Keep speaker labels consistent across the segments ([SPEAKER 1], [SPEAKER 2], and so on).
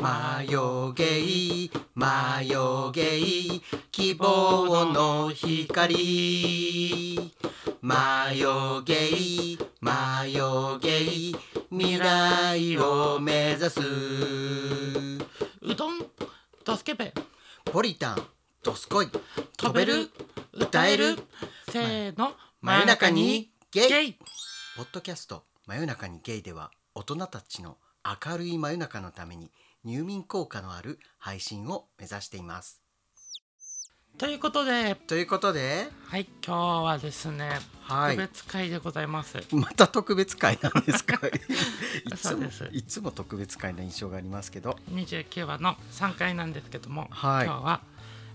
[SPEAKER 1] マヨゲイマヨゲイ希望の光マヨゲイマヨゲイ未来を目指す
[SPEAKER 2] うどんドスケベ
[SPEAKER 1] ポリタンドスコイ
[SPEAKER 2] 飛べる
[SPEAKER 1] 歌える
[SPEAKER 2] せーの
[SPEAKER 1] 真夜中にゲイ
[SPEAKER 2] ゲイ
[SPEAKER 1] ポッドキャスト「真夜中にゲイ」では大人たちの明るい真夜中のために入眠効果のある配信を目指しています。
[SPEAKER 2] ということで
[SPEAKER 1] ということで、
[SPEAKER 2] はい今日はですね、
[SPEAKER 1] はい
[SPEAKER 2] 特別会でございます
[SPEAKER 1] また特別会なんです かいつ
[SPEAKER 2] そう
[SPEAKER 1] も
[SPEAKER 2] です
[SPEAKER 1] いつも特別会の印象がありますけど、
[SPEAKER 2] 29話の3回なんですけども、
[SPEAKER 1] はい
[SPEAKER 2] 今日は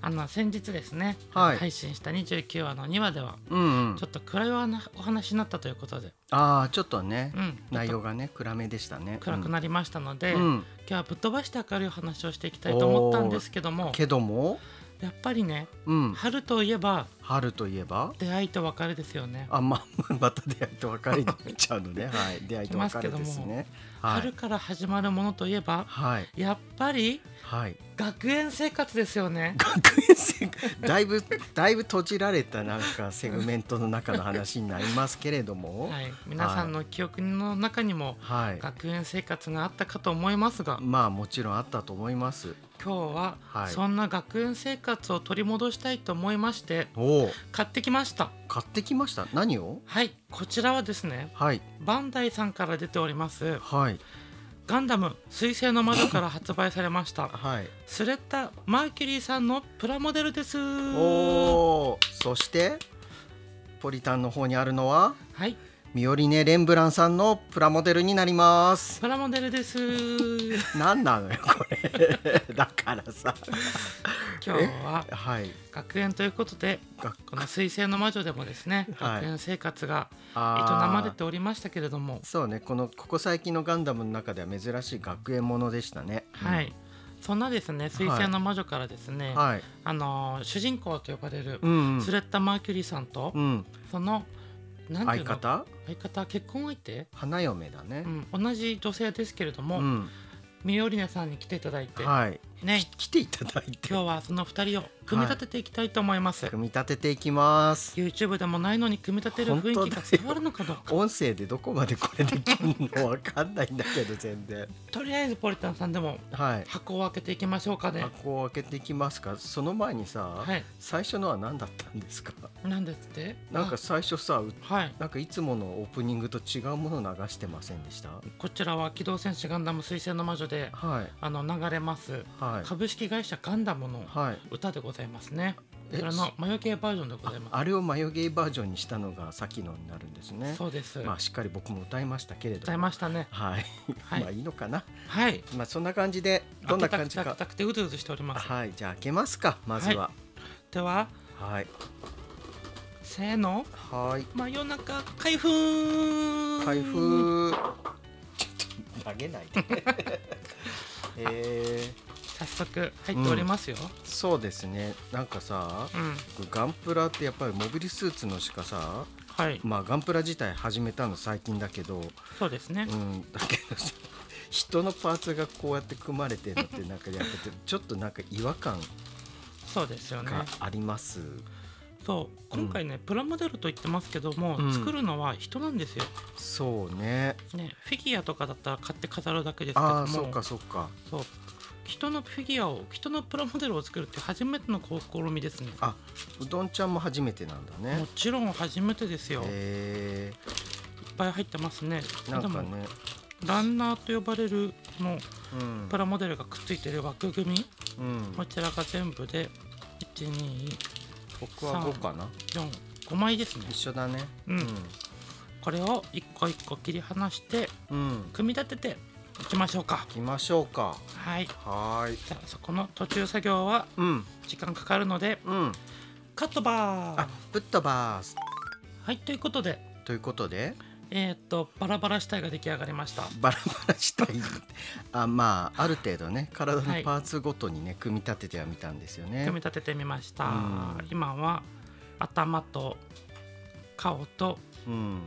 [SPEAKER 2] あの先日ですね、
[SPEAKER 1] はい
[SPEAKER 2] 配信した29話の2話では
[SPEAKER 1] うんうん
[SPEAKER 2] ちょっと暗いお話お話になったということで、
[SPEAKER 1] ああちょっとね、
[SPEAKER 2] うん、
[SPEAKER 1] 内容がね暗めでしたね。
[SPEAKER 2] 暗くなりましたので、
[SPEAKER 1] うん
[SPEAKER 2] 今
[SPEAKER 1] うん
[SPEAKER 2] 日はぶっ飛ばして明るいお話をしていきたいと思ったんですけども
[SPEAKER 1] けども、
[SPEAKER 2] やっぱりね
[SPEAKER 1] うん、
[SPEAKER 2] 春といえば
[SPEAKER 1] 春といえば
[SPEAKER 2] 出会いと別れですよね、
[SPEAKER 1] あ ままた出会いと別れになっちゃうの ね、はい、出会いと別れですね。は
[SPEAKER 2] 春
[SPEAKER 1] い、
[SPEAKER 2] から始まるものといえば
[SPEAKER 1] はい、
[SPEAKER 2] やっぱり
[SPEAKER 1] はい。
[SPEAKER 2] 学園生活ですよね
[SPEAKER 1] 学園生活だいぶだいぶ閉じられたなんかセグメントの中の話になりますけれども
[SPEAKER 2] はい皆さんの記憶の中にも
[SPEAKER 1] はい、
[SPEAKER 2] 学園生活があったかと思いますが
[SPEAKER 1] まあもちろんあったと思います
[SPEAKER 2] 今日は
[SPEAKER 1] はい
[SPEAKER 2] そんな学園生活を取り戻したいと思いまして
[SPEAKER 1] おお
[SPEAKER 2] 買ってきました
[SPEAKER 1] 買ってきました何を
[SPEAKER 2] はいこちらはですね
[SPEAKER 1] はい
[SPEAKER 2] バンダイさんから出ております
[SPEAKER 1] はい
[SPEAKER 2] ガンダム彗星の窓から発売されました
[SPEAKER 1] はい
[SPEAKER 2] スレッタ・マーキュリーさんのプラモデルです
[SPEAKER 1] おおそしてポリタンの方にあるのは
[SPEAKER 2] はい
[SPEAKER 1] ミオリネ・レンブランさんのプラモデルになります
[SPEAKER 2] プラモデルです今
[SPEAKER 1] 何なのよこれ だからさ
[SPEAKER 2] 日は
[SPEAKER 1] はい
[SPEAKER 2] 学園ということで
[SPEAKER 1] が
[SPEAKER 2] この「水星の魔女」でもですね、
[SPEAKER 1] はい
[SPEAKER 2] 学園生活が営
[SPEAKER 1] あー
[SPEAKER 2] まれておりましたけれども、
[SPEAKER 1] そうねこのここ最近のガンダムの中では珍しい学園ものでしたね。
[SPEAKER 2] はい、そんなですね「水星の魔女」からですね、
[SPEAKER 1] はい。
[SPEAKER 2] あのー主人公と呼ばれる
[SPEAKER 1] うん
[SPEAKER 2] スレッタ・マーキュリーさんと、
[SPEAKER 1] うん。
[SPEAKER 2] そのなんて
[SPEAKER 1] 相
[SPEAKER 2] いうの
[SPEAKER 1] 方
[SPEAKER 2] 相方結婚相手、
[SPEAKER 1] 花嫁だね
[SPEAKER 2] う。ん、同じ女性ですけれど
[SPEAKER 1] う
[SPEAKER 2] も、
[SPEAKER 1] ん。
[SPEAKER 2] ミオリネさんに来ていただいて、
[SPEAKER 1] はい。
[SPEAKER 2] ね
[SPEAKER 1] き来ていただいて
[SPEAKER 2] 今日はその2人を組み立てていきたいと思います、
[SPEAKER 1] 組み立てていきます。
[SPEAKER 2] YouTube でもないのに組み立てる雰囲気が伝わるのかどうか
[SPEAKER 1] 音声でどこまでこれできるのわかんないんだけど全然。
[SPEAKER 2] とりあえずポリタンさんでも
[SPEAKER 1] はい。
[SPEAKER 2] 箱を開けていきましょうかね
[SPEAKER 1] 箱を開けていきますか。その前にさ、
[SPEAKER 2] はい
[SPEAKER 1] 最初のは何だったんですか。
[SPEAKER 2] なんですって
[SPEAKER 1] なんか最初さ、う
[SPEAKER 2] あはい
[SPEAKER 1] なんかいつものオープニングと違うもの流してませんでした。
[SPEAKER 2] こちらは「機動戦士ガンダム水星の魔女で」
[SPEAKER 1] はい
[SPEAKER 2] あの流れます、
[SPEAKER 1] はい
[SPEAKER 2] 株式会社ガンダムの
[SPEAKER 1] はい。
[SPEAKER 2] 歌でございますね
[SPEAKER 1] え
[SPEAKER 2] それの魔除けバージョンでございま
[SPEAKER 1] あれをマヨゲイバージョンにしたのがさっきのになるんです
[SPEAKER 2] す
[SPEAKER 1] ね。
[SPEAKER 2] そうです、
[SPEAKER 1] まあしっかり僕も歌いましたけれども。
[SPEAKER 2] 歌いましたね
[SPEAKER 1] はい。
[SPEAKER 2] は い
[SPEAKER 1] まあいいのかな。
[SPEAKER 2] はい
[SPEAKER 1] まあそんな感じでどんな感じ
[SPEAKER 2] 開け
[SPEAKER 1] か。
[SPEAKER 2] たくて開けたくてうずうずしております
[SPEAKER 1] はい。じゃあ開けますか。まずは。
[SPEAKER 2] では
[SPEAKER 1] はい。
[SPEAKER 2] せーの
[SPEAKER 1] はい。
[SPEAKER 2] 真夜中開封
[SPEAKER 1] 開封。ちょっと投げないで。 えー、
[SPEAKER 2] 早速入っておりますよ、
[SPEAKER 1] そうですね。なんかさ。
[SPEAKER 2] うん
[SPEAKER 1] ガンプラってやっぱりモビルスーツのしかさ、
[SPEAKER 2] はい
[SPEAKER 1] まあ、ガンプラ自体始めたの最近だけど、
[SPEAKER 2] そうですね、
[SPEAKER 1] うん、だけどさ人のパーツがこうやって組まれてるのってなんかやっぱちょっとなんか違和感
[SPEAKER 2] そうですよね
[SPEAKER 1] があります。
[SPEAKER 2] そう今回ね、プラモデルと言ってますけども、
[SPEAKER 1] うん
[SPEAKER 2] 作るのは人なんですよ、
[SPEAKER 1] そうね。
[SPEAKER 2] ね、フィギュアとかだったら買って飾るだけですけども
[SPEAKER 1] ああ、そうかそうか。
[SPEAKER 2] そう人のフィギュアを人のプラモデルを作るって初めての試みですね
[SPEAKER 1] あ、うどんちゃんも初めてなんだね
[SPEAKER 2] も。ちろん初めてですよ、いっ
[SPEAKER 1] え
[SPEAKER 2] ぱい入ってますね
[SPEAKER 1] ー、なんか
[SPEAKER 2] でも
[SPEAKER 1] ね、
[SPEAKER 2] ランナーと呼ばれるこの
[SPEAKER 1] うん
[SPEAKER 2] プ、ラモデルがくっついてる枠組み
[SPEAKER 1] うん、
[SPEAKER 2] こちらが全部で1245
[SPEAKER 1] 僕は五かな。
[SPEAKER 2] 枚ですね
[SPEAKER 1] 一緒だね。
[SPEAKER 2] うんこれを一個一個切り離して
[SPEAKER 1] うん、うん、
[SPEAKER 2] 組み立てていきましょうか
[SPEAKER 1] 行きましょうか。
[SPEAKER 2] はい
[SPEAKER 1] はーい。
[SPEAKER 2] じゃあそこの途中作業は
[SPEAKER 1] うん、
[SPEAKER 2] 時間かかるので
[SPEAKER 1] うん、
[SPEAKER 2] カットバー
[SPEAKER 1] あ、ぶっ飛ばす。
[SPEAKER 2] はいということで
[SPEAKER 1] ということで。
[SPEAKER 2] えーっとバラバラ死体が出来上がりました
[SPEAKER 1] バラバラした いあまあある程度ね体の
[SPEAKER 2] はい
[SPEAKER 1] パーツごとにね組み立ててはみたんですよね
[SPEAKER 2] 組み立ててみました
[SPEAKER 1] うん
[SPEAKER 2] 今は頭と顔と
[SPEAKER 1] うん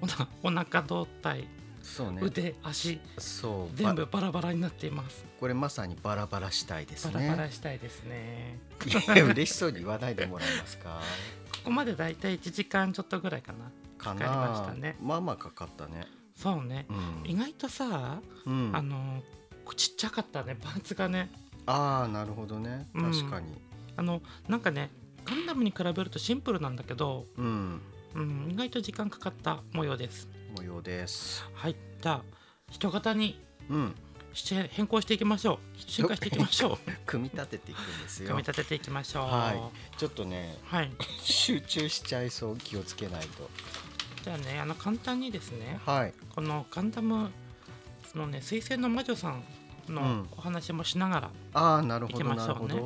[SPEAKER 2] おなお腹胴体
[SPEAKER 1] そうね
[SPEAKER 2] 腕足
[SPEAKER 1] そう
[SPEAKER 2] 全
[SPEAKER 1] ば
[SPEAKER 2] 部バラバラになっています
[SPEAKER 1] これまさにバラバラしたいです
[SPEAKER 2] バラバ
[SPEAKER 1] ね
[SPEAKER 2] ラしたいですね
[SPEAKER 1] いや嬉しそうに言わないでもらえます か
[SPEAKER 2] ここまでだいたい1時間ちょっとぐらいかな
[SPEAKER 1] かな
[SPEAKER 2] かかりましたね
[SPEAKER 1] まあまあかかったね
[SPEAKER 2] そうね
[SPEAKER 1] うん
[SPEAKER 2] 意外とさ、
[SPEAKER 1] うん、
[SPEAKER 2] あのちっちゃかったねパーツがね
[SPEAKER 1] ああなるほどね
[SPEAKER 2] うん
[SPEAKER 1] 確かに
[SPEAKER 2] あのなんかねガンダムに比べるとシンプルなんだけど、
[SPEAKER 1] うん、
[SPEAKER 2] うん、意外と時間かかった模様です
[SPEAKER 1] 模様です
[SPEAKER 2] はいじゃあ人型に
[SPEAKER 1] うん
[SPEAKER 2] し変更していきましょう進化していきましょ
[SPEAKER 1] 組み立て ていくんです
[SPEAKER 2] う
[SPEAKER 1] よ
[SPEAKER 2] 組み立てていきましょう
[SPEAKER 1] はいちょっとね
[SPEAKER 2] はい、
[SPEAKER 1] 集中しちゃいそう気をつけないと
[SPEAKER 2] じゃあねあの簡単にですね
[SPEAKER 1] はい
[SPEAKER 2] このガンダムのね「水星の魔女さん」
[SPEAKER 1] う
[SPEAKER 2] の
[SPEAKER 1] ん
[SPEAKER 2] お話もしながら、
[SPEAKER 1] ああなるほ
[SPEAKER 2] い
[SPEAKER 1] ど
[SPEAKER 2] きましょう
[SPEAKER 1] なるほど、
[SPEAKER 2] ね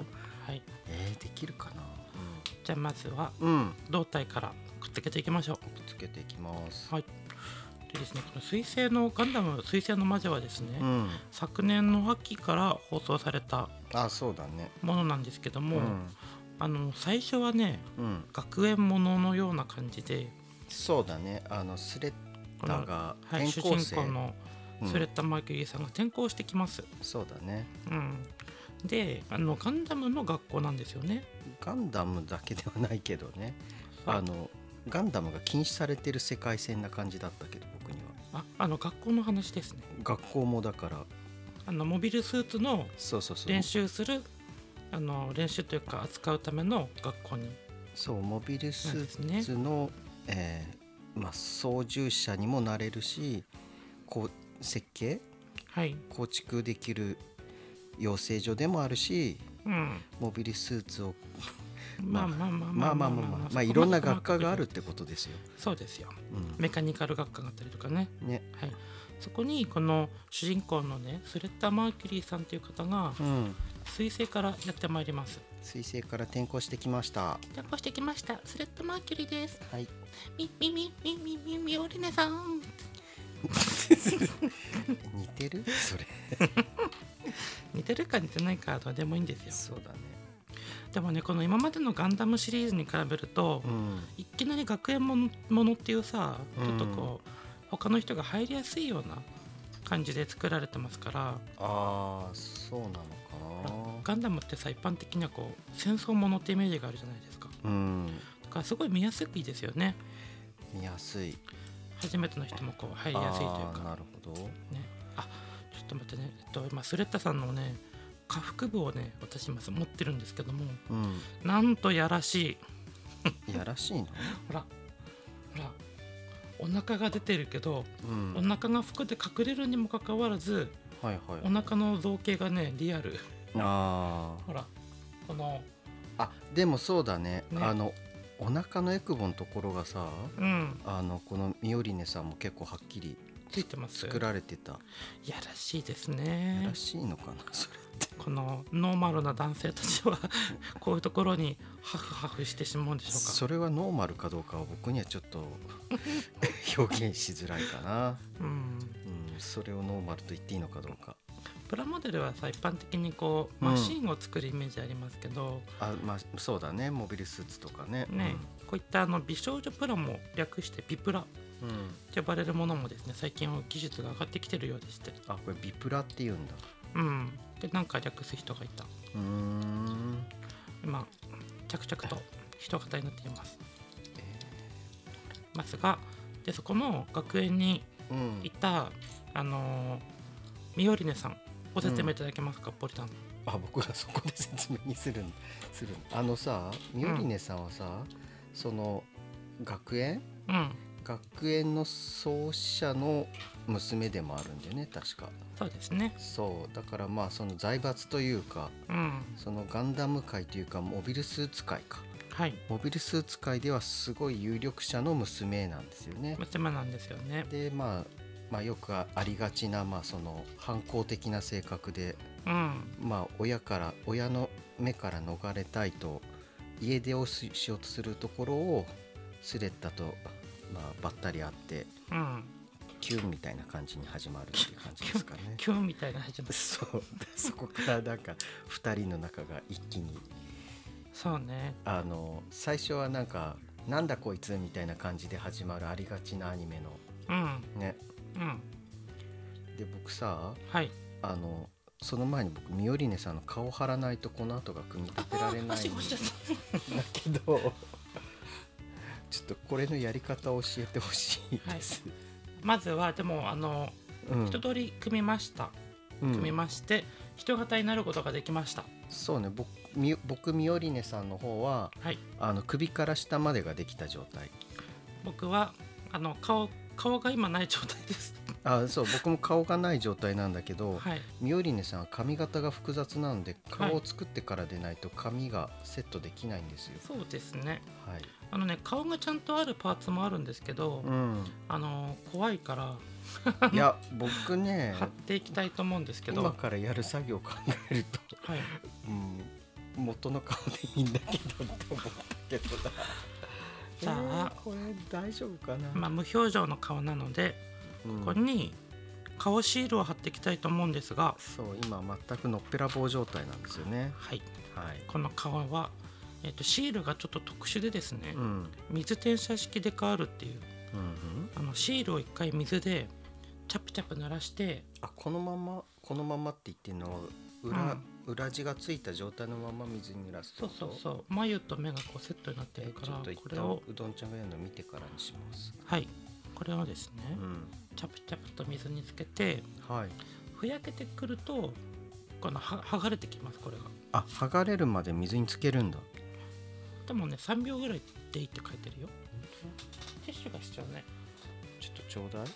[SPEAKER 2] はい、
[SPEAKER 1] えー、できるかな
[SPEAKER 2] じゃあまずは
[SPEAKER 1] うん、うん、
[SPEAKER 2] 胴体からくっつけていきましょう
[SPEAKER 1] くっつけていきます、
[SPEAKER 2] はいでですねこの「水星のガンダム水星の魔女」はですね、
[SPEAKER 1] うん
[SPEAKER 2] 昨年の秋から放送された
[SPEAKER 1] あそうだね
[SPEAKER 2] ものなんですけども、
[SPEAKER 1] うん、
[SPEAKER 2] あの最初はね
[SPEAKER 1] うん、
[SPEAKER 2] 学園もののような感じで
[SPEAKER 1] そうだねあのスレッ
[SPEAKER 2] こ
[SPEAKER 1] タ
[SPEAKER 2] の、
[SPEAKER 1] が
[SPEAKER 2] はい、主
[SPEAKER 1] 転校
[SPEAKER 2] 人
[SPEAKER 1] 生、
[SPEAKER 2] 公の
[SPEAKER 1] うん
[SPEAKER 2] スレッタ・マーキュリーさんが転校してきます、
[SPEAKER 1] そうだね
[SPEAKER 2] うん、であのガンダムの学校なんですよね
[SPEAKER 1] ガンダムだけではないけどね
[SPEAKER 2] はい
[SPEAKER 1] あのガンダムが禁止されてる世界線な感じだったけど僕には
[SPEAKER 2] ああの学校の話ですね
[SPEAKER 1] 学校もだから
[SPEAKER 2] あのモビルスーツの
[SPEAKER 1] そうそうそう
[SPEAKER 2] 練習するあの練習というか扱うための学校に
[SPEAKER 1] そうモビルス
[SPEAKER 2] なんで
[SPEAKER 1] ー
[SPEAKER 2] す
[SPEAKER 1] ツの、えーまあ、操縦者にもなれるしこう設計
[SPEAKER 2] はい、
[SPEAKER 1] 構築できる養成所でもあるし
[SPEAKER 2] うん、
[SPEAKER 1] モビルスーツを
[SPEAKER 2] まあ
[SPEAKER 1] ま
[SPEAKER 2] まあまあ
[SPEAKER 1] まあまあまあまあまあいろんな学科があるってことですよ。
[SPEAKER 2] そうですよ
[SPEAKER 1] うん
[SPEAKER 2] メカニカル学科があったりとかね
[SPEAKER 1] ね
[SPEAKER 2] はいそこにこの主人公のねスレッタ・マーキュリーさんという方が
[SPEAKER 1] うん、
[SPEAKER 2] 彗星からやってまいります
[SPEAKER 1] 彗星から転校してきました。
[SPEAKER 2] 転校してきましたスレッタ・マーキュリーです
[SPEAKER 1] はい、
[SPEAKER 2] みみみみみみみオリネさん
[SPEAKER 1] 似て るそれ。
[SPEAKER 2] 似てるか似てないかはどうでもいいんですよ
[SPEAKER 1] そうだね。
[SPEAKER 2] でもねこの今までのガンダムシリーズに比べると、
[SPEAKER 1] うん、
[SPEAKER 2] いきなり学園ものものっていうさ
[SPEAKER 1] うん
[SPEAKER 2] ちょっとこう、他の人が入りやすいような感じで作られてますから
[SPEAKER 1] ああそうなのか
[SPEAKER 2] ガンダムってさ一般的にはこう戦争ものってイメージがあるじゃないですか
[SPEAKER 1] な。うん
[SPEAKER 2] だからすごい見やすいですよね
[SPEAKER 1] 見やすい。
[SPEAKER 2] 初めての人もこう入りやすいという
[SPEAKER 1] あー
[SPEAKER 2] か
[SPEAKER 1] なるほど。
[SPEAKER 2] ねあちょっと待ってね、えっと、今スレッタさんのね下腹部をね私今持ってるんですけども
[SPEAKER 1] うん。
[SPEAKER 2] なんとやらしい
[SPEAKER 1] やらしいの。
[SPEAKER 2] ほらほらお腹が出てるけど
[SPEAKER 1] うん
[SPEAKER 2] お腹が服で隠れるにもかかわらず
[SPEAKER 1] はいはい。
[SPEAKER 2] お腹の造形がねリアル
[SPEAKER 1] あ
[SPEAKER 2] ほらこの
[SPEAKER 1] あ。あでもそうだね。
[SPEAKER 2] ね
[SPEAKER 1] あのお腹のエクボのところがさ、
[SPEAKER 2] うん
[SPEAKER 1] あのこのミオリネさんも結構はっきり
[SPEAKER 2] ついてます
[SPEAKER 1] 作られてた。
[SPEAKER 2] いやらしいです
[SPEAKER 1] や
[SPEAKER 2] ね
[SPEAKER 1] らしいの かなそれ。
[SPEAKER 2] このノーマルな男性たちはこういうところにハフハフしてしまうんでしょうか
[SPEAKER 1] それはノーマルかどうかは僕にはちょっ と表現しづらいかな。
[SPEAKER 2] うん
[SPEAKER 1] うん、それをノーマルと言っていいのかどうか。
[SPEAKER 2] プラモデルはさ一般的にこう
[SPEAKER 1] うん
[SPEAKER 2] マシンを作るイメージありますけど、
[SPEAKER 1] あ、まあそうだね。モビルスーツとかね。
[SPEAKER 2] ねこういったあの美少女プラも略してビプラ
[SPEAKER 1] うん。うん。
[SPEAKER 2] と呼ばれるものもですね最近は技術が上がってきてるようでして
[SPEAKER 1] あ、これビプラって言うんだ。
[SPEAKER 2] うんでなんか略す人がいた
[SPEAKER 1] うーん。
[SPEAKER 2] 今着々と人型になっていますますがでそこの学園に
[SPEAKER 1] えーうん
[SPEAKER 2] い。たあのーミオリネさんご説明いただけますか、ポリタン
[SPEAKER 1] あ僕がそこで説明にするんするんあのさミオリネさんはさ、その学園
[SPEAKER 2] うん
[SPEAKER 1] 学園の創始者の娘でもあるんだよね確か
[SPEAKER 2] そうですね
[SPEAKER 1] そうだからまあその財閥というか
[SPEAKER 2] うん
[SPEAKER 1] そのガンダム界というかモビルスーツ界か
[SPEAKER 2] はい
[SPEAKER 1] モビルスーツ界ではすごい有力者の娘なんですよね
[SPEAKER 2] 娘なんですよね
[SPEAKER 1] でまあまあよくあありがちなまあその反抗的な性格で
[SPEAKER 2] うん
[SPEAKER 1] まあ、親から親の目から逃れたいと家出をししようとするところをスレッタと、まあ、ばったり会って
[SPEAKER 2] うん
[SPEAKER 1] キュンみたいな感じに始まるっていう感じですかね。
[SPEAKER 2] 今日みたいな始まり
[SPEAKER 1] そうでそこからなんか2人の仲が一気に
[SPEAKER 2] そうね
[SPEAKER 1] あの最初はなんか「なんだこいつ」みたいな感じで始まるありがちなアニメの
[SPEAKER 2] うん
[SPEAKER 1] ね
[SPEAKER 2] うん
[SPEAKER 1] 僕さ
[SPEAKER 2] はい
[SPEAKER 1] あのその前に僕ミオリネさんの顔張らないとこの後が組み立てられないんだ
[SPEAKER 2] 足腰だった
[SPEAKER 1] けどちょっとこれのやり方を教えてほしいです。
[SPEAKER 2] まずはでもあの
[SPEAKER 1] うん
[SPEAKER 2] 一通り組みました
[SPEAKER 1] うん
[SPEAKER 2] 組みまして人型になることができました
[SPEAKER 1] そうね僕み僕ミオリネさんの方は
[SPEAKER 2] はい
[SPEAKER 1] あの首から下までができた状態
[SPEAKER 2] 僕はあの顔顔が今ない状態です
[SPEAKER 1] あそう僕も顔がない状態なんだけど、
[SPEAKER 2] はい
[SPEAKER 1] ミオリネさんは髪型が複雑なので顔を作ってからでないと髪がセットできないんですよ。
[SPEAKER 2] そうですね
[SPEAKER 1] はい、
[SPEAKER 2] あのね顔がちゃんとあるパーツもあるんですけど、
[SPEAKER 1] うん、
[SPEAKER 2] あの怖いから
[SPEAKER 1] いや僕 ね
[SPEAKER 2] 貼っていきたいと思うんですけど、
[SPEAKER 1] 今からやる作業を考えると、
[SPEAKER 2] はい、
[SPEAKER 1] うん、元の顔でいいんだけどって思ったけどな。
[SPEAKER 2] じゃあ
[SPEAKER 1] えーこれ大丈夫かな、
[SPEAKER 2] まあ、無表情の顔なので
[SPEAKER 1] うん
[SPEAKER 2] ここに顔シールを貼っていきたいと思うんですが、
[SPEAKER 1] そう今全くのっぺらぼう状態なんですよね。
[SPEAKER 2] はい、
[SPEAKER 1] はい、
[SPEAKER 2] この顔は、えっとシールがちょっと特殊でですね、
[SPEAKER 1] うんうん
[SPEAKER 2] 水転写式で変わるっていう
[SPEAKER 1] うん、
[SPEAKER 2] あのシールを一回水でチャプチャプ濡らして
[SPEAKER 1] あこのままこのままって言ってるのは裏、
[SPEAKER 2] うん
[SPEAKER 1] 裏地がついた状態のまま水に濡らすって
[SPEAKER 2] そう
[SPEAKER 1] こ
[SPEAKER 2] そう
[SPEAKER 1] と
[SPEAKER 2] そう眉と目がこうセットになって
[SPEAKER 1] え
[SPEAKER 2] るか
[SPEAKER 1] ちょ
[SPEAKER 2] ら
[SPEAKER 1] っと一
[SPEAKER 2] これ
[SPEAKER 1] 旦
[SPEAKER 2] を
[SPEAKER 1] うどんちゃんがやるの見てからにします。
[SPEAKER 2] はいこれをですね、
[SPEAKER 1] うん、
[SPEAKER 2] チャプチャプと水につけて
[SPEAKER 1] はい。
[SPEAKER 2] ふやけてくるとこのは剥がれてきますこれが
[SPEAKER 1] あ剥がれるまで水につけるんだ。
[SPEAKER 2] でもね3秒ぐらいでいいって書いてるよティッシュが必要ね
[SPEAKER 1] ちょっとちょうだい。
[SPEAKER 2] はい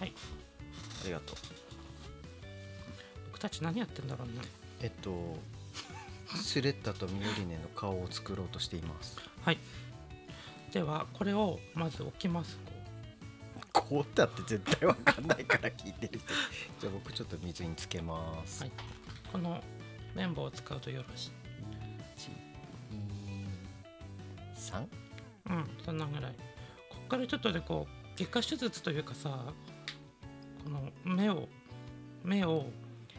[SPEAKER 1] ありがとう。
[SPEAKER 2] 僕たち何やってんだろうね
[SPEAKER 1] えっと スレッタとミオリネの顔を作ろうとしています。
[SPEAKER 2] はいではこれをまず置きますこ
[SPEAKER 1] こうだって絶対わかんないから聞いてる人。じゃあ僕ちょっと水につけます。
[SPEAKER 2] うはいこの綿棒を使うとよろしい
[SPEAKER 1] 一、二、三。
[SPEAKER 2] うんそんなぐらいこっからちょっとねこう外科手術というかさこの目を目を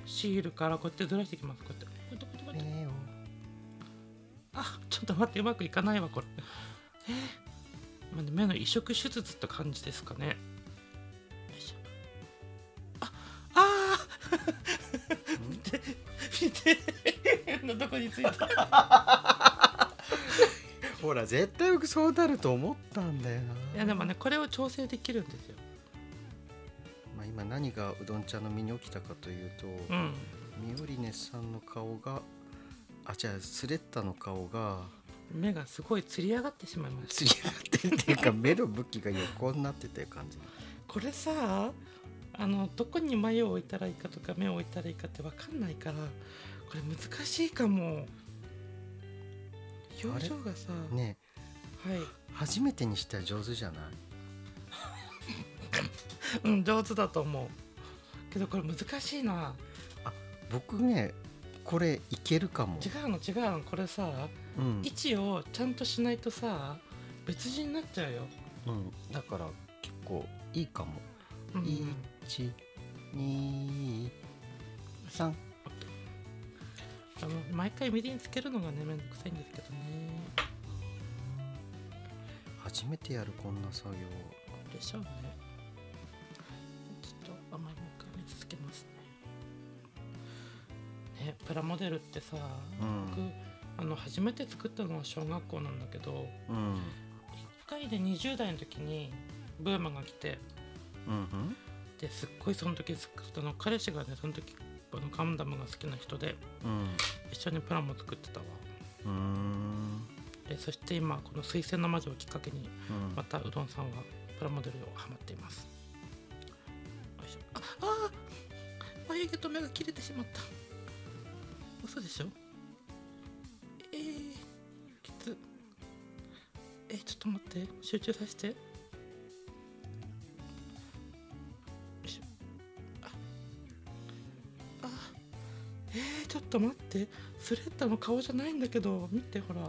[SPEAKER 2] シールからこうやってずらしていきますこうやってこうやってこうやってこうやって
[SPEAKER 1] 目を
[SPEAKER 2] あちょっと待ってうまくいかないわこれえーまあね目の移植手術って感じですかねよいしょああー 見て見て 変なとこについ た
[SPEAKER 1] ほら絶対僕そうなると思ったんだよな。
[SPEAKER 2] いやでもねこれを調整できるんですよ
[SPEAKER 1] まあ今何がうどんちゃんの身に起きたかというと、
[SPEAKER 2] うん
[SPEAKER 1] ミオリネさんの顔が。あ、じゃあスレッタの顔が
[SPEAKER 2] 目がすごいつり上がってしまいました
[SPEAKER 1] つり上がってるっていうか目の武器が横になってた感じ
[SPEAKER 2] これさあのどこに眉を置いたらいいかとか目を置いたらいいかって分かんないからこれ難しいかも表情がさ、
[SPEAKER 1] ね
[SPEAKER 2] はい
[SPEAKER 1] え初めてにしては上手じゃない
[SPEAKER 2] うん上手だと思うけどこれ難しいな
[SPEAKER 1] 僕ねこれいけるかも
[SPEAKER 2] 違、うの違うのこれさ
[SPEAKER 1] うん
[SPEAKER 2] 位置をちゃんとしないとさ別人になっちゃうよ、
[SPEAKER 1] うん、だから結構いいかも
[SPEAKER 2] うん
[SPEAKER 1] いい123
[SPEAKER 2] あの毎回水につけるのがねめんどくさいんですけどね
[SPEAKER 1] 初めてやるこんな作業
[SPEAKER 2] でしょうねちょっと甘いもう一回水つけますねねプラモデルってさ、
[SPEAKER 1] うん
[SPEAKER 2] 僕あの初めて作ったのは小学校なんだけど
[SPEAKER 1] うん
[SPEAKER 2] 1回で20代の時にブームが来て
[SPEAKER 1] うん
[SPEAKER 2] ですっごいその時作ったの彼氏がねその時あのガンダムが好きな人で
[SPEAKER 1] うん
[SPEAKER 2] 一緒にプラモ作ってたわ
[SPEAKER 1] うんうん
[SPEAKER 2] でそして今この「水星の魔女」をきっかけに
[SPEAKER 1] うん
[SPEAKER 2] またうどんさんはプラモデルをハマっていますよいしょああー眉毛と目が切れてしまった嘘でしょえー、きつえー、ちょっと待って集中させてよいしょああえー、ちょっと待ってスレッタの顔じゃないんだけど見てほら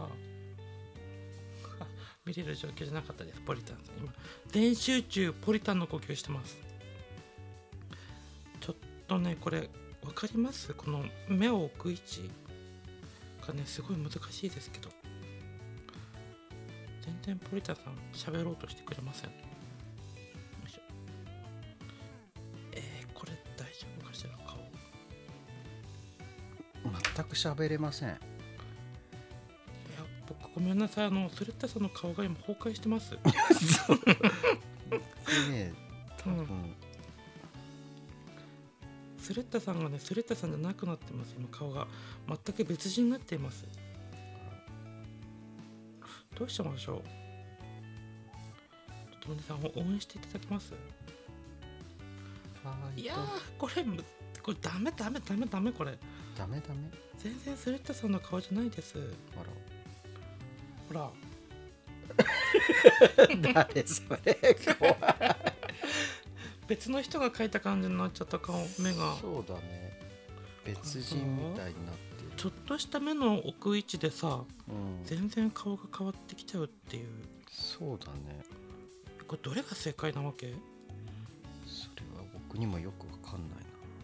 [SPEAKER 2] 見れる状況じゃなかったですポリタンさん今全集中ポリタンの呼吸してますちょっとねこれ分かりますこの目を置く位置がねすごい難しいですけど全然ポリタンさん喋ろうとしてくれませんよいしょえー、こ
[SPEAKER 1] 全く喋れません
[SPEAKER 2] いや僕ごめんなさいあのスレッタさんの顔が今崩壊してます、
[SPEAKER 1] これね
[SPEAKER 2] う
[SPEAKER 1] 多
[SPEAKER 2] ん
[SPEAKER 1] 分
[SPEAKER 2] スレッタさんがねスレッタさんじゃなくなってます今顔が全く別人になっていますどうしましょうちょっとお姉さん応援していただけます
[SPEAKER 1] ファ
[SPEAKER 2] い
[SPEAKER 1] イ
[SPEAKER 2] や
[SPEAKER 1] ト
[SPEAKER 2] ーこれむこれダメダメダメダメこれ
[SPEAKER 1] ダメダメ
[SPEAKER 2] 全然スレッタさんの顔じゃないです
[SPEAKER 1] あら
[SPEAKER 2] ほら
[SPEAKER 1] 誰それ怖い
[SPEAKER 2] 別の人が描いた感じになっちゃった顔目が
[SPEAKER 1] そうだね別人みたいになってる
[SPEAKER 2] ちょっとした目の奥位置でさ
[SPEAKER 1] うん
[SPEAKER 2] 全然顔が変わってきちゃうっていう
[SPEAKER 1] そうだね
[SPEAKER 2] これどれが正解なわけわ
[SPEAKER 1] それは僕にもよくわかんない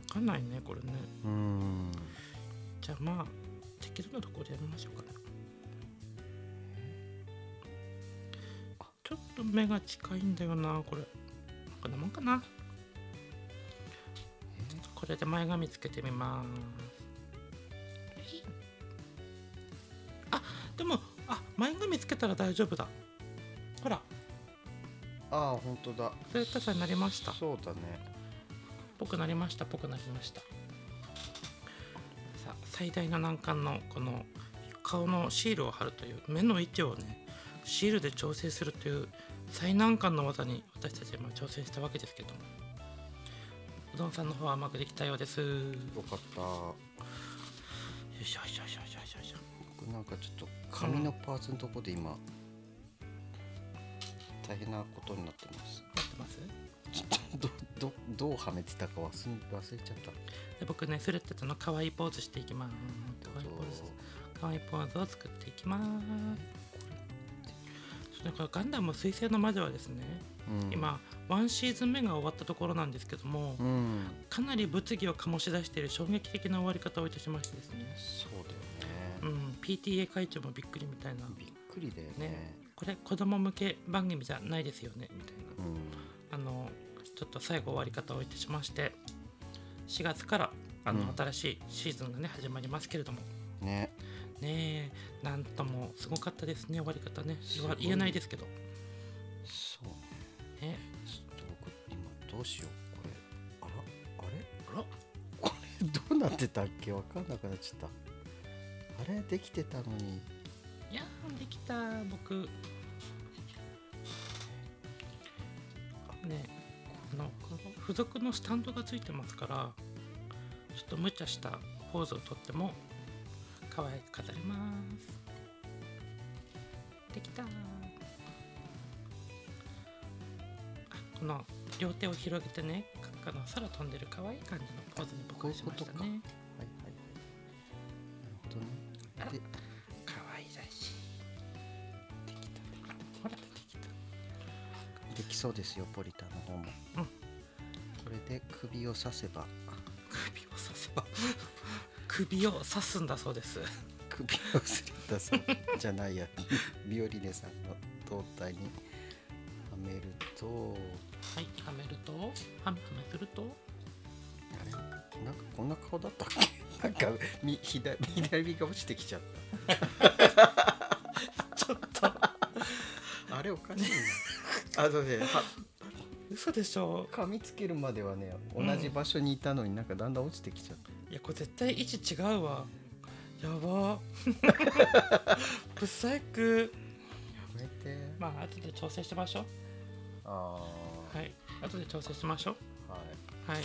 [SPEAKER 1] な
[SPEAKER 2] かんないねこれね
[SPEAKER 1] うーん
[SPEAKER 2] じゃあまあ適当なところでやめましょうかねちょっと目が近いんだよなこれこんなもんかなこれで前髪つけてみますあでもあ前髪つけたら大丈夫だほら
[SPEAKER 1] ああ本当だ
[SPEAKER 2] スレッタさんになりました
[SPEAKER 1] そうだね
[SPEAKER 2] ぽくなりましたぽくなりましたさあ最大の難関のこの顔のシールを貼るという目の位置をねシールで調整するという最難関の技に私たちは今挑戦したわけですけどもうどんさんの方はうまくできたようですよ
[SPEAKER 1] よかった
[SPEAKER 2] いしょよいしょよいしょよいしょよいしょ
[SPEAKER 1] 僕なんかちょっと髪のパーツのとこで今大変なことになってます
[SPEAKER 2] 合ってます
[SPEAKER 1] ちょっとどどどうはめてたか忘れ忘れちゃった
[SPEAKER 2] で僕ねスレッタとの可愛いポーズしていきます可愛いポーズ可愛いポーズを作っていきますなんかガンダム彗星の魔女はですね
[SPEAKER 1] うん
[SPEAKER 2] 今ワンシーズン目が終わったところなんですけども、
[SPEAKER 1] うん
[SPEAKER 2] かなり物議を醸し出している衝撃的な終わり方をいたしましてですね、
[SPEAKER 1] そう
[SPEAKER 2] う
[SPEAKER 1] だよね
[SPEAKER 2] ん、PTA 会長もびっくりみたいな
[SPEAKER 1] びっくりだよね
[SPEAKER 2] ねこれ子供向け番組じゃないですよねみたいな
[SPEAKER 1] うん
[SPEAKER 2] あのちょっと最後終わり方をいたしまして4月からあの、
[SPEAKER 1] うん
[SPEAKER 2] 新しいシーズンがね始まりますけれども
[SPEAKER 1] ね
[SPEAKER 2] ねえなんともすごかったですね終わり方ね言わ
[SPEAKER 1] すごい
[SPEAKER 2] 言えないですけど、
[SPEAKER 1] そう
[SPEAKER 2] ね、
[SPEAKER 1] ちょっと僕今どうしようこれあらあれ
[SPEAKER 2] あら
[SPEAKER 1] これどうなってたっけわかんなくなっちゃったあれできてたのに
[SPEAKER 2] いやーできた僕ねあの付属のスタンドがついてますからちょっと無茶したポーズをとっても可愛く飾れますできたあこの両手を広げてねあの空飛んでる可愛い感じのポーズに僕はしました
[SPEAKER 1] こうい
[SPEAKER 2] ね
[SPEAKER 1] はいはいはいなるほどね
[SPEAKER 2] 可愛らしいできたできたほらできた
[SPEAKER 1] でできそうですよポリタンの方も、
[SPEAKER 2] うん
[SPEAKER 1] これで首を刺せば
[SPEAKER 2] 首を刺せば首を刺すんだそうです
[SPEAKER 1] 首をスレッタ さんじゃないやビオリネさんの胴体にはめると
[SPEAKER 2] はいはめるとははめすると
[SPEAKER 1] あれなんかこんな顔だったっ けなんかみ左左が落ちてきちゃっ
[SPEAKER 2] ちょっと
[SPEAKER 1] たあれおかしいな あとねは
[SPEAKER 2] 嘘でしょ
[SPEAKER 1] 噛みつけるまではね同
[SPEAKER 2] うん
[SPEAKER 1] じ場所にいたのになんかだんだん落ちてきちゃった、
[SPEAKER 2] いやこれ絶対位置違うわやば不細工
[SPEAKER 1] やめて、
[SPEAKER 2] まあ後で調整しましょ
[SPEAKER 1] あ
[SPEAKER 2] うはい後で調整しましょう
[SPEAKER 1] あは
[SPEAKER 2] はい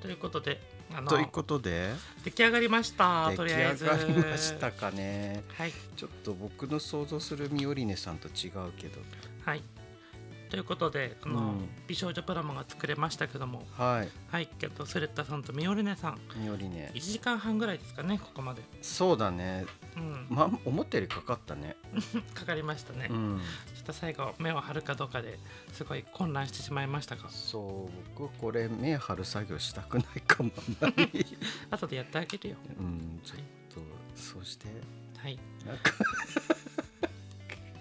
[SPEAKER 2] ということであの
[SPEAKER 1] ということで
[SPEAKER 2] 出来上がりました
[SPEAKER 1] 出
[SPEAKER 2] と
[SPEAKER 1] 来
[SPEAKER 2] りあえず
[SPEAKER 1] 上がりましたかね
[SPEAKER 2] はい
[SPEAKER 1] ちょっと僕の想像するミオリネさんと違うけど
[SPEAKER 2] はいということでこの、
[SPEAKER 1] うん
[SPEAKER 2] 美少女プラモが作れましたけども
[SPEAKER 1] はい
[SPEAKER 2] はいけどスレッタさんとミオルネさん
[SPEAKER 1] ミオリネ
[SPEAKER 2] 1時間半ぐらいですかねここまで、
[SPEAKER 1] そうだね
[SPEAKER 2] うん、
[SPEAKER 1] ま思ったよりかかったね
[SPEAKER 2] かかりましたね、
[SPEAKER 1] うん
[SPEAKER 2] ちょっと最後目を張るかどうかですごい混乱してしまいましたが
[SPEAKER 1] そう僕これ目張る作業したくないかもあんまり
[SPEAKER 2] 後でやってあげるよ
[SPEAKER 1] うんちょっとそして
[SPEAKER 2] はい
[SPEAKER 1] なんか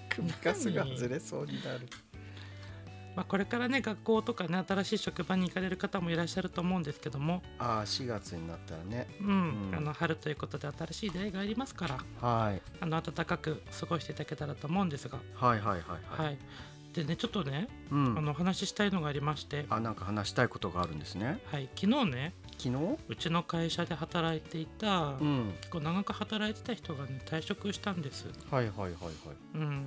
[SPEAKER 1] 首かすがずれそうになる
[SPEAKER 2] まあ、これからね学校とかね新しい職場に行かれる方もいらっしゃると思うんですけども、
[SPEAKER 1] ああ4月になったらね
[SPEAKER 2] うん
[SPEAKER 1] うん
[SPEAKER 2] あの春ということで新しい出会いがありますから
[SPEAKER 1] はい
[SPEAKER 2] あの暖かく過ごしていただけたらと思うんですが、
[SPEAKER 1] はいはいはいはい、
[SPEAKER 2] はい、でねちょっとね、
[SPEAKER 1] う
[SPEAKER 2] あ
[SPEAKER 1] ん
[SPEAKER 2] のお話ししたいのがありまして、
[SPEAKER 1] あなんか話したいことがあるんですね
[SPEAKER 2] はい、昨日ね
[SPEAKER 1] 昨日
[SPEAKER 2] うちの会社で働いていた、
[SPEAKER 1] うん
[SPEAKER 2] 結構長く働いてた人がね退職したんです。
[SPEAKER 1] はいはいはいはい
[SPEAKER 2] うん、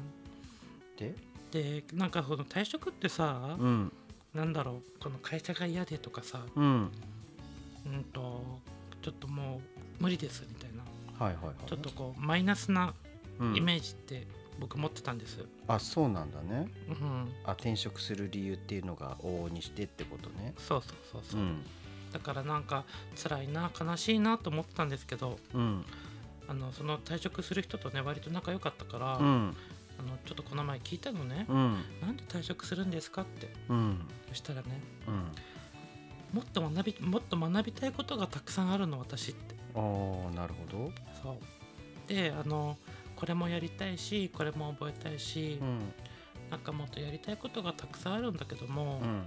[SPEAKER 1] で
[SPEAKER 2] でなんかその退職ってさ、
[SPEAKER 1] うん
[SPEAKER 2] なんだろうこの会社が嫌でとかさ
[SPEAKER 1] うん
[SPEAKER 2] うんとちょっともう無理ですみたいな
[SPEAKER 1] はいはいはい
[SPEAKER 2] ちょっとこうマイナスな
[SPEAKER 1] うん
[SPEAKER 2] イメージって僕持ってたんです。
[SPEAKER 1] あそうなんだね
[SPEAKER 2] うん
[SPEAKER 1] あ転職する理由っていうのが往々にしてってことね
[SPEAKER 2] そうそうそうそうう、
[SPEAKER 1] ん
[SPEAKER 2] だからなんか辛いな悲しいなと思ってたんですけど
[SPEAKER 1] うん
[SPEAKER 2] あのその退職する人とね割と仲良かったから、
[SPEAKER 1] う
[SPEAKER 2] あ
[SPEAKER 1] ん
[SPEAKER 2] のちょっとこの前聞いたのね、
[SPEAKER 1] うん
[SPEAKER 2] なんで退職するんですかって
[SPEAKER 1] うん
[SPEAKER 2] そしたらね
[SPEAKER 1] うん
[SPEAKER 2] もっと学びもっと学びたいことがたくさんあるの私って
[SPEAKER 1] ああなるほど
[SPEAKER 2] そうであのこれもやりたいしこれも覚えたいし、
[SPEAKER 1] うん
[SPEAKER 2] なんかもっとやりたいことがたくさんあるんだけども、
[SPEAKER 1] うん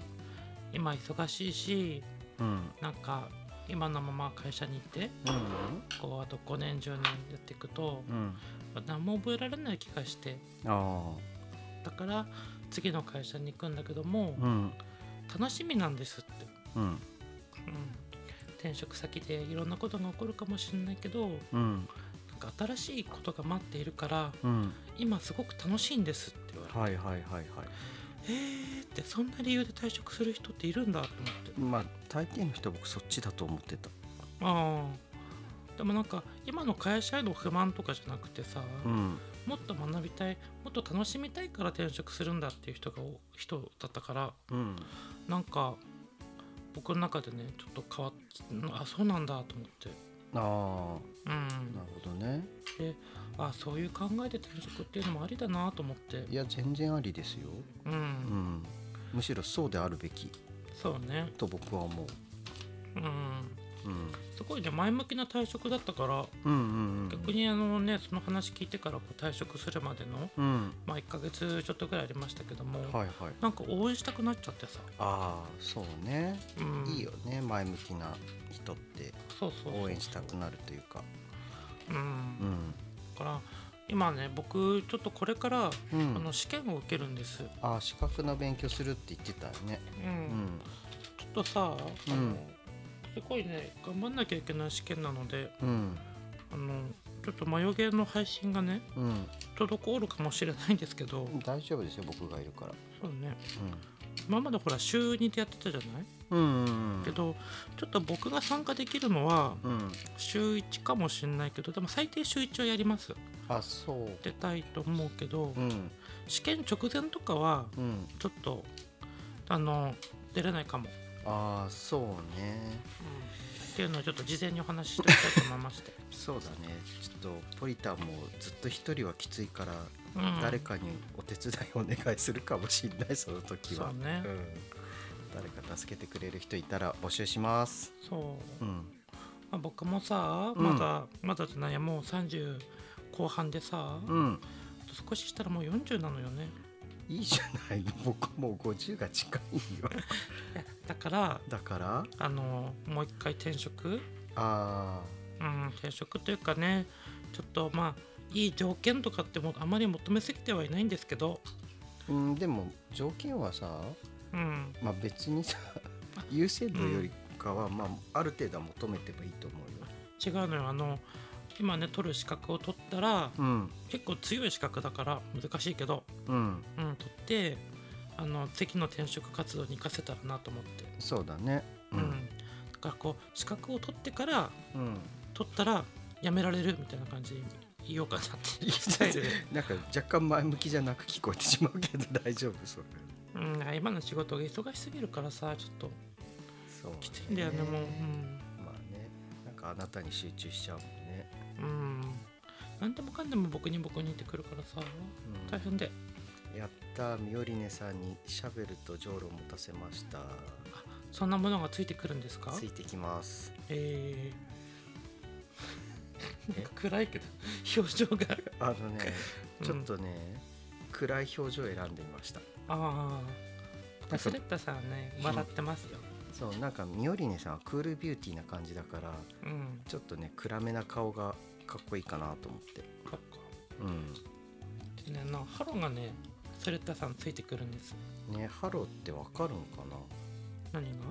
[SPEAKER 2] 今忙しいし
[SPEAKER 1] うん
[SPEAKER 2] なんか今のまま会社に行って
[SPEAKER 1] うん
[SPEAKER 2] こうあと5年10年やっていくと、
[SPEAKER 1] うん
[SPEAKER 2] 何も覚えられない気がして
[SPEAKER 1] あ
[SPEAKER 2] だから次の会社に行くんだけども、
[SPEAKER 1] あうん
[SPEAKER 2] 楽しみなんですって、
[SPEAKER 1] うん
[SPEAKER 2] うん、転職先でいろんなことが起こるかもしれないけど
[SPEAKER 1] うん
[SPEAKER 2] なんか新しいことが待っているから
[SPEAKER 1] うん
[SPEAKER 2] 今すごく楽しいんですって言われて、
[SPEAKER 1] はいはいはいはい
[SPEAKER 2] えーってそんな理由 で退職する人っているんだと思って
[SPEAKER 1] まあ大抵の人は僕そっちだと思ってた
[SPEAKER 2] ああでもなんか今の会社への不満とかじゃなくてさ、
[SPEAKER 1] うん
[SPEAKER 2] もっと学びたいもっと楽しみたいから転職するんだっていう人がお人だったから
[SPEAKER 1] うん
[SPEAKER 2] なんか僕の中でねちょっと変わっあそうなんだと思って
[SPEAKER 1] ああな
[SPEAKER 2] うん
[SPEAKER 1] るほどね
[SPEAKER 2] あそういう考えで転職っていうのもありだなと思って
[SPEAKER 1] いや全然ありですよ
[SPEAKER 2] うん、
[SPEAKER 1] うんむしろそうであるべき
[SPEAKER 2] そうね
[SPEAKER 1] と僕は思う
[SPEAKER 2] うん
[SPEAKER 1] うん
[SPEAKER 2] すごいね前向きな退職だったから
[SPEAKER 1] うんうん
[SPEAKER 2] 逆にあのねその話聞いてからこう退職するまでの
[SPEAKER 1] うん
[SPEAKER 2] まあ1ヶ月ちょっとぐらいありましたけども、
[SPEAKER 1] はいはい
[SPEAKER 2] なんか応援したくなっちゃってさ、
[SPEAKER 1] ああそうね
[SPEAKER 2] うん、
[SPEAKER 1] いいよね前向きな人って
[SPEAKER 2] そうそうそう
[SPEAKER 1] 応援したくなるというか
[SPEAKER 2] うん、
[SPEAKER 1] うん
[SPEAKER 2] だから今ね僕ちょっとこれから、
[SPEAKER 1] う
[SPEAKER 2] あ
[SPEAKER 1] ん
[SPEAKER 2] の試験を受けるんです、
[SPEAKER 1] ああ資格の勉強するって言ってたよね
[SPEAKER 2] う
[SPEAKER 1] うんん
[SPEAKER 2] ちょっとさ、
[SPEAKER 1] うん
[SPEAKER 2] あのすごいね頑張んなきゃいけない試験なので
[SPEAKER 1] うん
[SPEAKER 2] あのちょっと眉毛の配信がね
[SPEAKER 1] うん
[SPEAKER 2] 滞るかもしれないんですけど、
[SPEAKER 1] 大丈夫ですよ僕がいるから
[SPEAKER 2] そうね今までほら週2でやってたじゃない、
[SPEAKER 1] うんうんうん
[SPEAKER 2] けどちょっと僕が参加できるのは
[SPEAKER 1] うん
[SPEAKER 2] 週1かもしれないけどでも最低週1はやります
[SPEAKER 1] あそう
[SPEAKER 2] 出たいと思うけど、
[SPEAKER 1] うん
[SPEAKER 2] 試験直前とかは
[SPEAKER 1] うん
[SPEAKER 2] ちょっとあの出れないかも、
[SPEAKER 1] ああそうね
[SPEAKER 2] っていうのをちょっと事前にお話ししておきたいと思いま して、
[SPEAKER 1] そうだねちょっとポリタンもずっと一人はきついから
[SPEAKER 2] うん
[SPEAKER 1] 誰かにお手伝いお願いするかもしれないその時は
[SPEAKER 2] そうね
[SPEAKER 1] ん、誰か助けてくれる人いたら募集します
[SPEAKER 2] そう、
[SPEAKER 1] うん
[SPEAKER 2] まあ、僕もさ
[SPEAKER 1] うん
[SPEAKER 2] まだ、まだじゃないやもう30後半でさ、
[SPEAKER 1] うん
[SPEAKER 2] 少ししたらもう40なのよね
[SPEAKER 1] いいじゃない僕もう50が近いよ
[SPEAKER 2] だから
[SPEAKER 1] だから
[SPEAKER 2] あのもう一回転職
[SPEAKER 1] あ
[SPEAKER 2] うん転職というかねちょっとまあいい条件とかってもあまり求めすぎてはいないんですけど
[SPEAKER 1] ーうんでも条件はさ
[SPEAKER 2] うん
[SPEAKER 1] まあ別にさ 優先度よりかは、まあある程度は求めてもいいと思うよ
[SPEAKER 2] 違うのよあの今ね取る資格を取ったら
[SPEAKER 1] うん
[SPEAKER 2] 結構強い資格だから難しいけど
[SPEAKER 1] うん
[SPEAKER 2] うん、取ってあの次の転職活動に生かせたらなと思って、
[SPEAKER 1] そうだね
[SPEAKER 2] うんだからこう資格を取ってから
[SPEAKER 1] うん、うん
[SPEAKER 2] 取ったら辞められるみたいな感じで言おうかなっていうスタイルで、
[SPEAKER 1] なんか若干前向きじゃなく聞こえてしまうけど 大丈夫それ
[SPEAKER 2] うん、今の仕事が忙しすぎるからさちょっと
[SPEAKER 1] そう、
[SPEAKER 2] きついんだよねもう、
[SPEAKER 1] まあねなんかあなたに集中しちゃうもんね、
[SPEAKER 2] うん、うん、何でもかんでも僕に僕にってくるからさ
[SPEAKER 1] うん
[SPEAKER 2] 大変で
[SPEAKER 1] やったーミオリネさんにシャベルとジョウロを持たせました
[SPEAKER 2] そんなものがついてくるんですか
[SPEAKER 1] ついてきます
[SPEAKER 2] え ーなんか暗いけど表情が
[SPEAKER 1] あのね
[SPEAKER 2] うん
[SPEAKER 1] ちょっとね、暗い表情を選んでみました
[SPEAKER 2] ああ
[SPEAKER 1] か
[SPEAKER 2] スレッタさんはね笑ってますよ、
[SPEAKER 1] そうなんかミオリネさんはクールビューティーな感じだから
[SPEAKER 2] うん、
[SPEAKER 1] ちょっとね暗めな顔がかっこいいかなと思って
[SPEAKER 2] そっか
[SPEAKER 1] う
[SPEAKER 2] でねなハロがねスレッタさんついてくるんです
[SPEAKER 1] んねハロってわかるのかな
[SPEAKER 2] 何が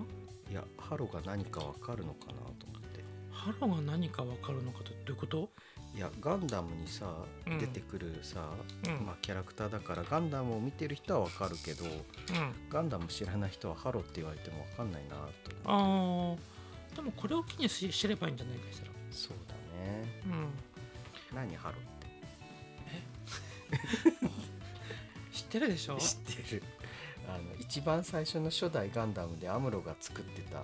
[SPEAKER 1] いやハロが何かわかるのかなと思って
[SPEAKER 2] ハロが何か分かるのかってどういうこと、
[SPEAKER 1] いやガンダムにさ
[SPEAKER 2] うん
[SPEAKER 1] 出てくるさ、
[SPEAKER 2] うん
[SPEAKER 1] まあ、キャラクターだからガンダムを見てる人はわかるけど
[SPEAKER 2] うん
[SPEAKER 1] ガンダム知らない人はハロって言われてもわかんないなと
[SPEAKER 2] あーでもこれを機にし知ればいいんじゃないかしら
[SPEAKER 1] そうだね
[SPEAKER 2] うん
[SPEAKER 1] 何ハロっ
[SPEAKER 2] 知ってるでしょ
[SPEAKER 1] て 知ってるあの一番最初の初代ガンダムでアムロが作ってた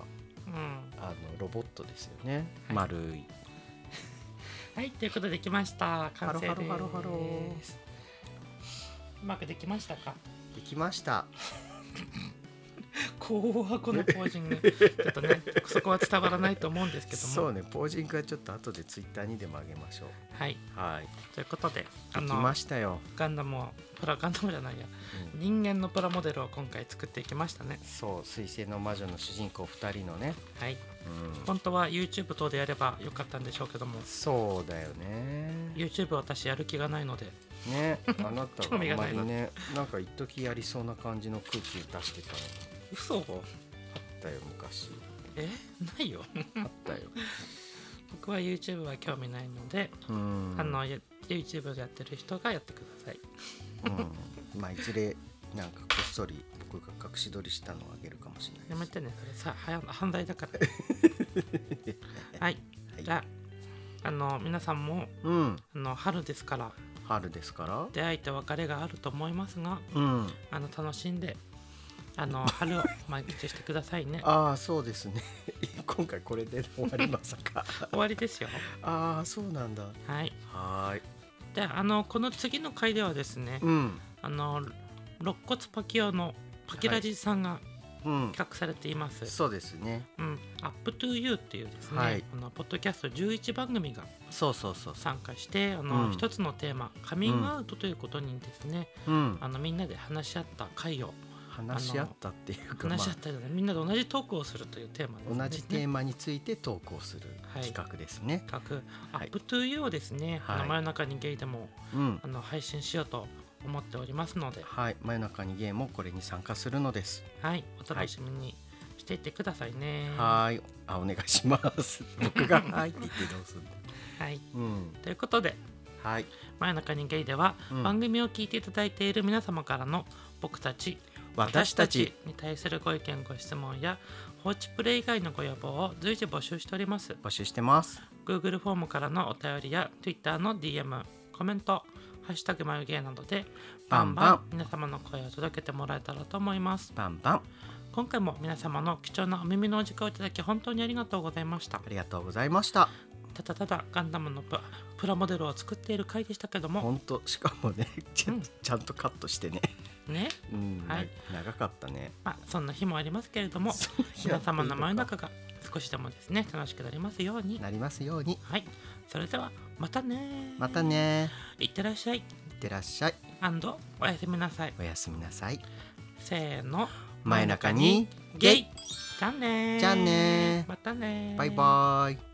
[SPEAKER 2] うん
[SPEAKER 1] あのロボットですよね、
[SPEAKER 2] はい
[SPEAKER 1] 丸い
[SPEAKER 2] はいということでできまし
[SPEAKER 1] ハ
[SPEAKER 2] た完
[SPEAKER 1] ロ
[SPEAKER 2] 成です
[SPEAKER 1] ハロハロハロ
[SPEAKER 2] うまくできましたか
[SPEAKER 1] できました
[SPEAKER 2] 紅白のポージングちょっとねそこは伝わらないと思うんですけども
[SPEAKER 1] そうねポージングはちょっと後でツイッターにでも上げましょう
[SPEAKER 2] はい
[SPEAKER 1] はい
[SPEAKER 2] ということであ
[SPEAKER 1] できま
[SPEAKER 2] の
[SPEAKER 1] したよ、
[SPEAKER 2] ガンダムをプラガンダムじゃないや
[SPEAKER 1] うん
[SPEAKER 2] 人間のプラモデルを今回作っていきましたね
[SPEAKER 1] そう彗星の魔女の主人公2人のね、
[SPEAKER 2] はい
[SPEAKER 1] うん
[SPEAKER 2] 本当は YouTube 等でやればよかったんでしょうけども
[SPEAKER 1] そうだよね
[SPEAKER 2] YouTube 私やる気がないので
[SPEAKER 1] ねあな たはあ
[SPEAKER 2] 興味が
[SPEAKER 1] んま
[SPEAKER 2] ない
[SPEAKER 1] り
[SPEAKER 2] な
[SPEAKER 1] ねなんか一時やりそうな感じの空気出してたの
[SPEAKER 2] 嘘
[SPEAKER 1] あったよ昔
[SPEAKER 2] えないよ
[SPEAKER 1] あったよ
[SPEAKER 2] 僕は YouTube は興味ないので、
[SPEAKER 1] うん
[SPEAKER 2] あのや YouTube でやってる人がやってください
[SPEAKER 1] うんまあいずれなんかこっそり僕が隠し撮りしたのをあげるかもしれない
[SPEAKER 2] やめてねそれさはや犯 罪だからはい
[SPEAKER 1] はい
[SPEAKER 2] じゃああの皆さんも
[SPEAKER 1] うん
[SPEAKER 2] あの春ですから
[SPEAKER 1] 春ですから
[SPEAKER 2] 出会いと別れがあると思いますが
[SPEAKER 1] うん
[SPEAKER 2] あの楽しんで あの春を満喫してくださいね
[SPEAKER 1] ああそうですね 今回これで終わりまさか
[SPEAKER 2] 終わりですよ
[SPEAKER 1] ああそうなんだ
[SPEAKER 2] はい
[SPEAKER 1] はーい
[SPEAKER 2] であのこの次の回ではですね
[SPEAKER 1] うん
[SPEAKER 2] あの肋骨パキオのパキラジさんが
[SPEAKER 1] うん
[SPEAKER 2] 企画されています、
[SPEAKER 1] そうですね
[SPEAKER 2] うん、アップトゥーユーっていうですね、
[SPEAKER 1] はい
[SPEAKER 2] あのポッドキャスト11番組が
[SPEAKER 1] そうそうそう
[SPEAKER 2] 参加してあ
[SPEAKER 1] う
[SPEAKER 2] の、
[SPEAKER 1] ん
[SPEAKER 2] 一つのテーマカミングアウトということにですね、
[SPEAKER 1] うん
[SPEAKER 2] あのみんなで話し合った回を
[SPEAKER 1] 話し合ったっていうか、ま
[SPEAKER 2] 話し合ったり、みんなで同じトークをするというテーマです、ね、
[SPEAKER 1] あ、同じテーマについて投稿する
[SPEAKER 2] はい
[SPEAKER 1] 企画ですね、
[SPEAKER 2] 企画ア
[SPEAKER 1] はい
[SPEAKER 2] ップトゥーユーをですね、あ
[SPEAKER 1] は
[SPEAKER 2] の
[SPEAKER 1] い
[SPEAKER 2] 真夜中にゲイでも
[SPEAKER 1] うん
[SPEAKER 2] あの配信しようと思っておりますので、
[SPEAKER 1] はい真夜中にゲームもこれに参加するのです
[SPEAKER 2] はい、お楽しみにしていってくださいね。
[SPEAKER 1] はーいあお願いします僕が「はい」 って言ってどうするんだ
[SPEAKER 2] はい、
[SPEAKER 1] うん
[SPEAKER 2] ということで
[SPEAKER 1] はい、
[SPEAKER 2] 「真夜中にゲイ」では、
[SPEAKER 1] うん
[SPEAKER 2] 番組を聞いていただいている皆様からの僕たち
[SPEAKER 1] 私たち
[SPEAKER 2] に対するご意見ご質問や放置プレイ以外のご要望を随時募集しております
[SPEAKER 1] 募集してます
[SPEAKER 2] Google フォームからのお便りや Twitter の DM コメント「ハッシュタグ眉毛」などでバ
[SPEAKER 1] バ
[SPEAKER 2] ン
[SPEAKER 1] ン
[SPEAKER 2] バ
[SPEAKER 1] バン
[SPEAKER 2] ン皆様の声を届けてもらえたらと思います
[SPEAKER 1] バンバン
[SPEAKER 2] 今回も皆様の貴重なお耳のお時間をいただき本当にありがとうございました
[SPEAKER 1] ありがとうございました
[SPEAKER 2] ただただガンダムのププラモデルを作っている回でしたけども
[SPEAKER 1] ほんとしかもねちゃ,、
[SPEAKER 2] うん
[SPEAKER 1] ん、ちゃんとカットしてね、
[SPEAKER 2] ね
[SPEAKER 1] うん
[SPEAKER 2] はい
[SPEAKER 1] な長かったね
[SPEAKER 2] まあそんな日もありますけれども皆様の真夜中が少しでもですね楽しくなりますように
[SPEAKER 1] なりますように
[SPEAKER 2] はいそれではまたね
[SPEAKER 1] またね
[SPEAKER 2] いってらっしゃい
[SPEAKER 1] いってらっしゃい
[SPEAKER 2] おやすみなさい
[SPEAKER 1] おやすみなさい
[SPEAKER 2] せーの
[SPEAKER 1] 真夜中に
[SPEAKER 2] ゲイじゃあねー
[SPEAKER 1] じゃあねー
[SPEAKER 2] またねー
[SPEAKER 1] バイバーイ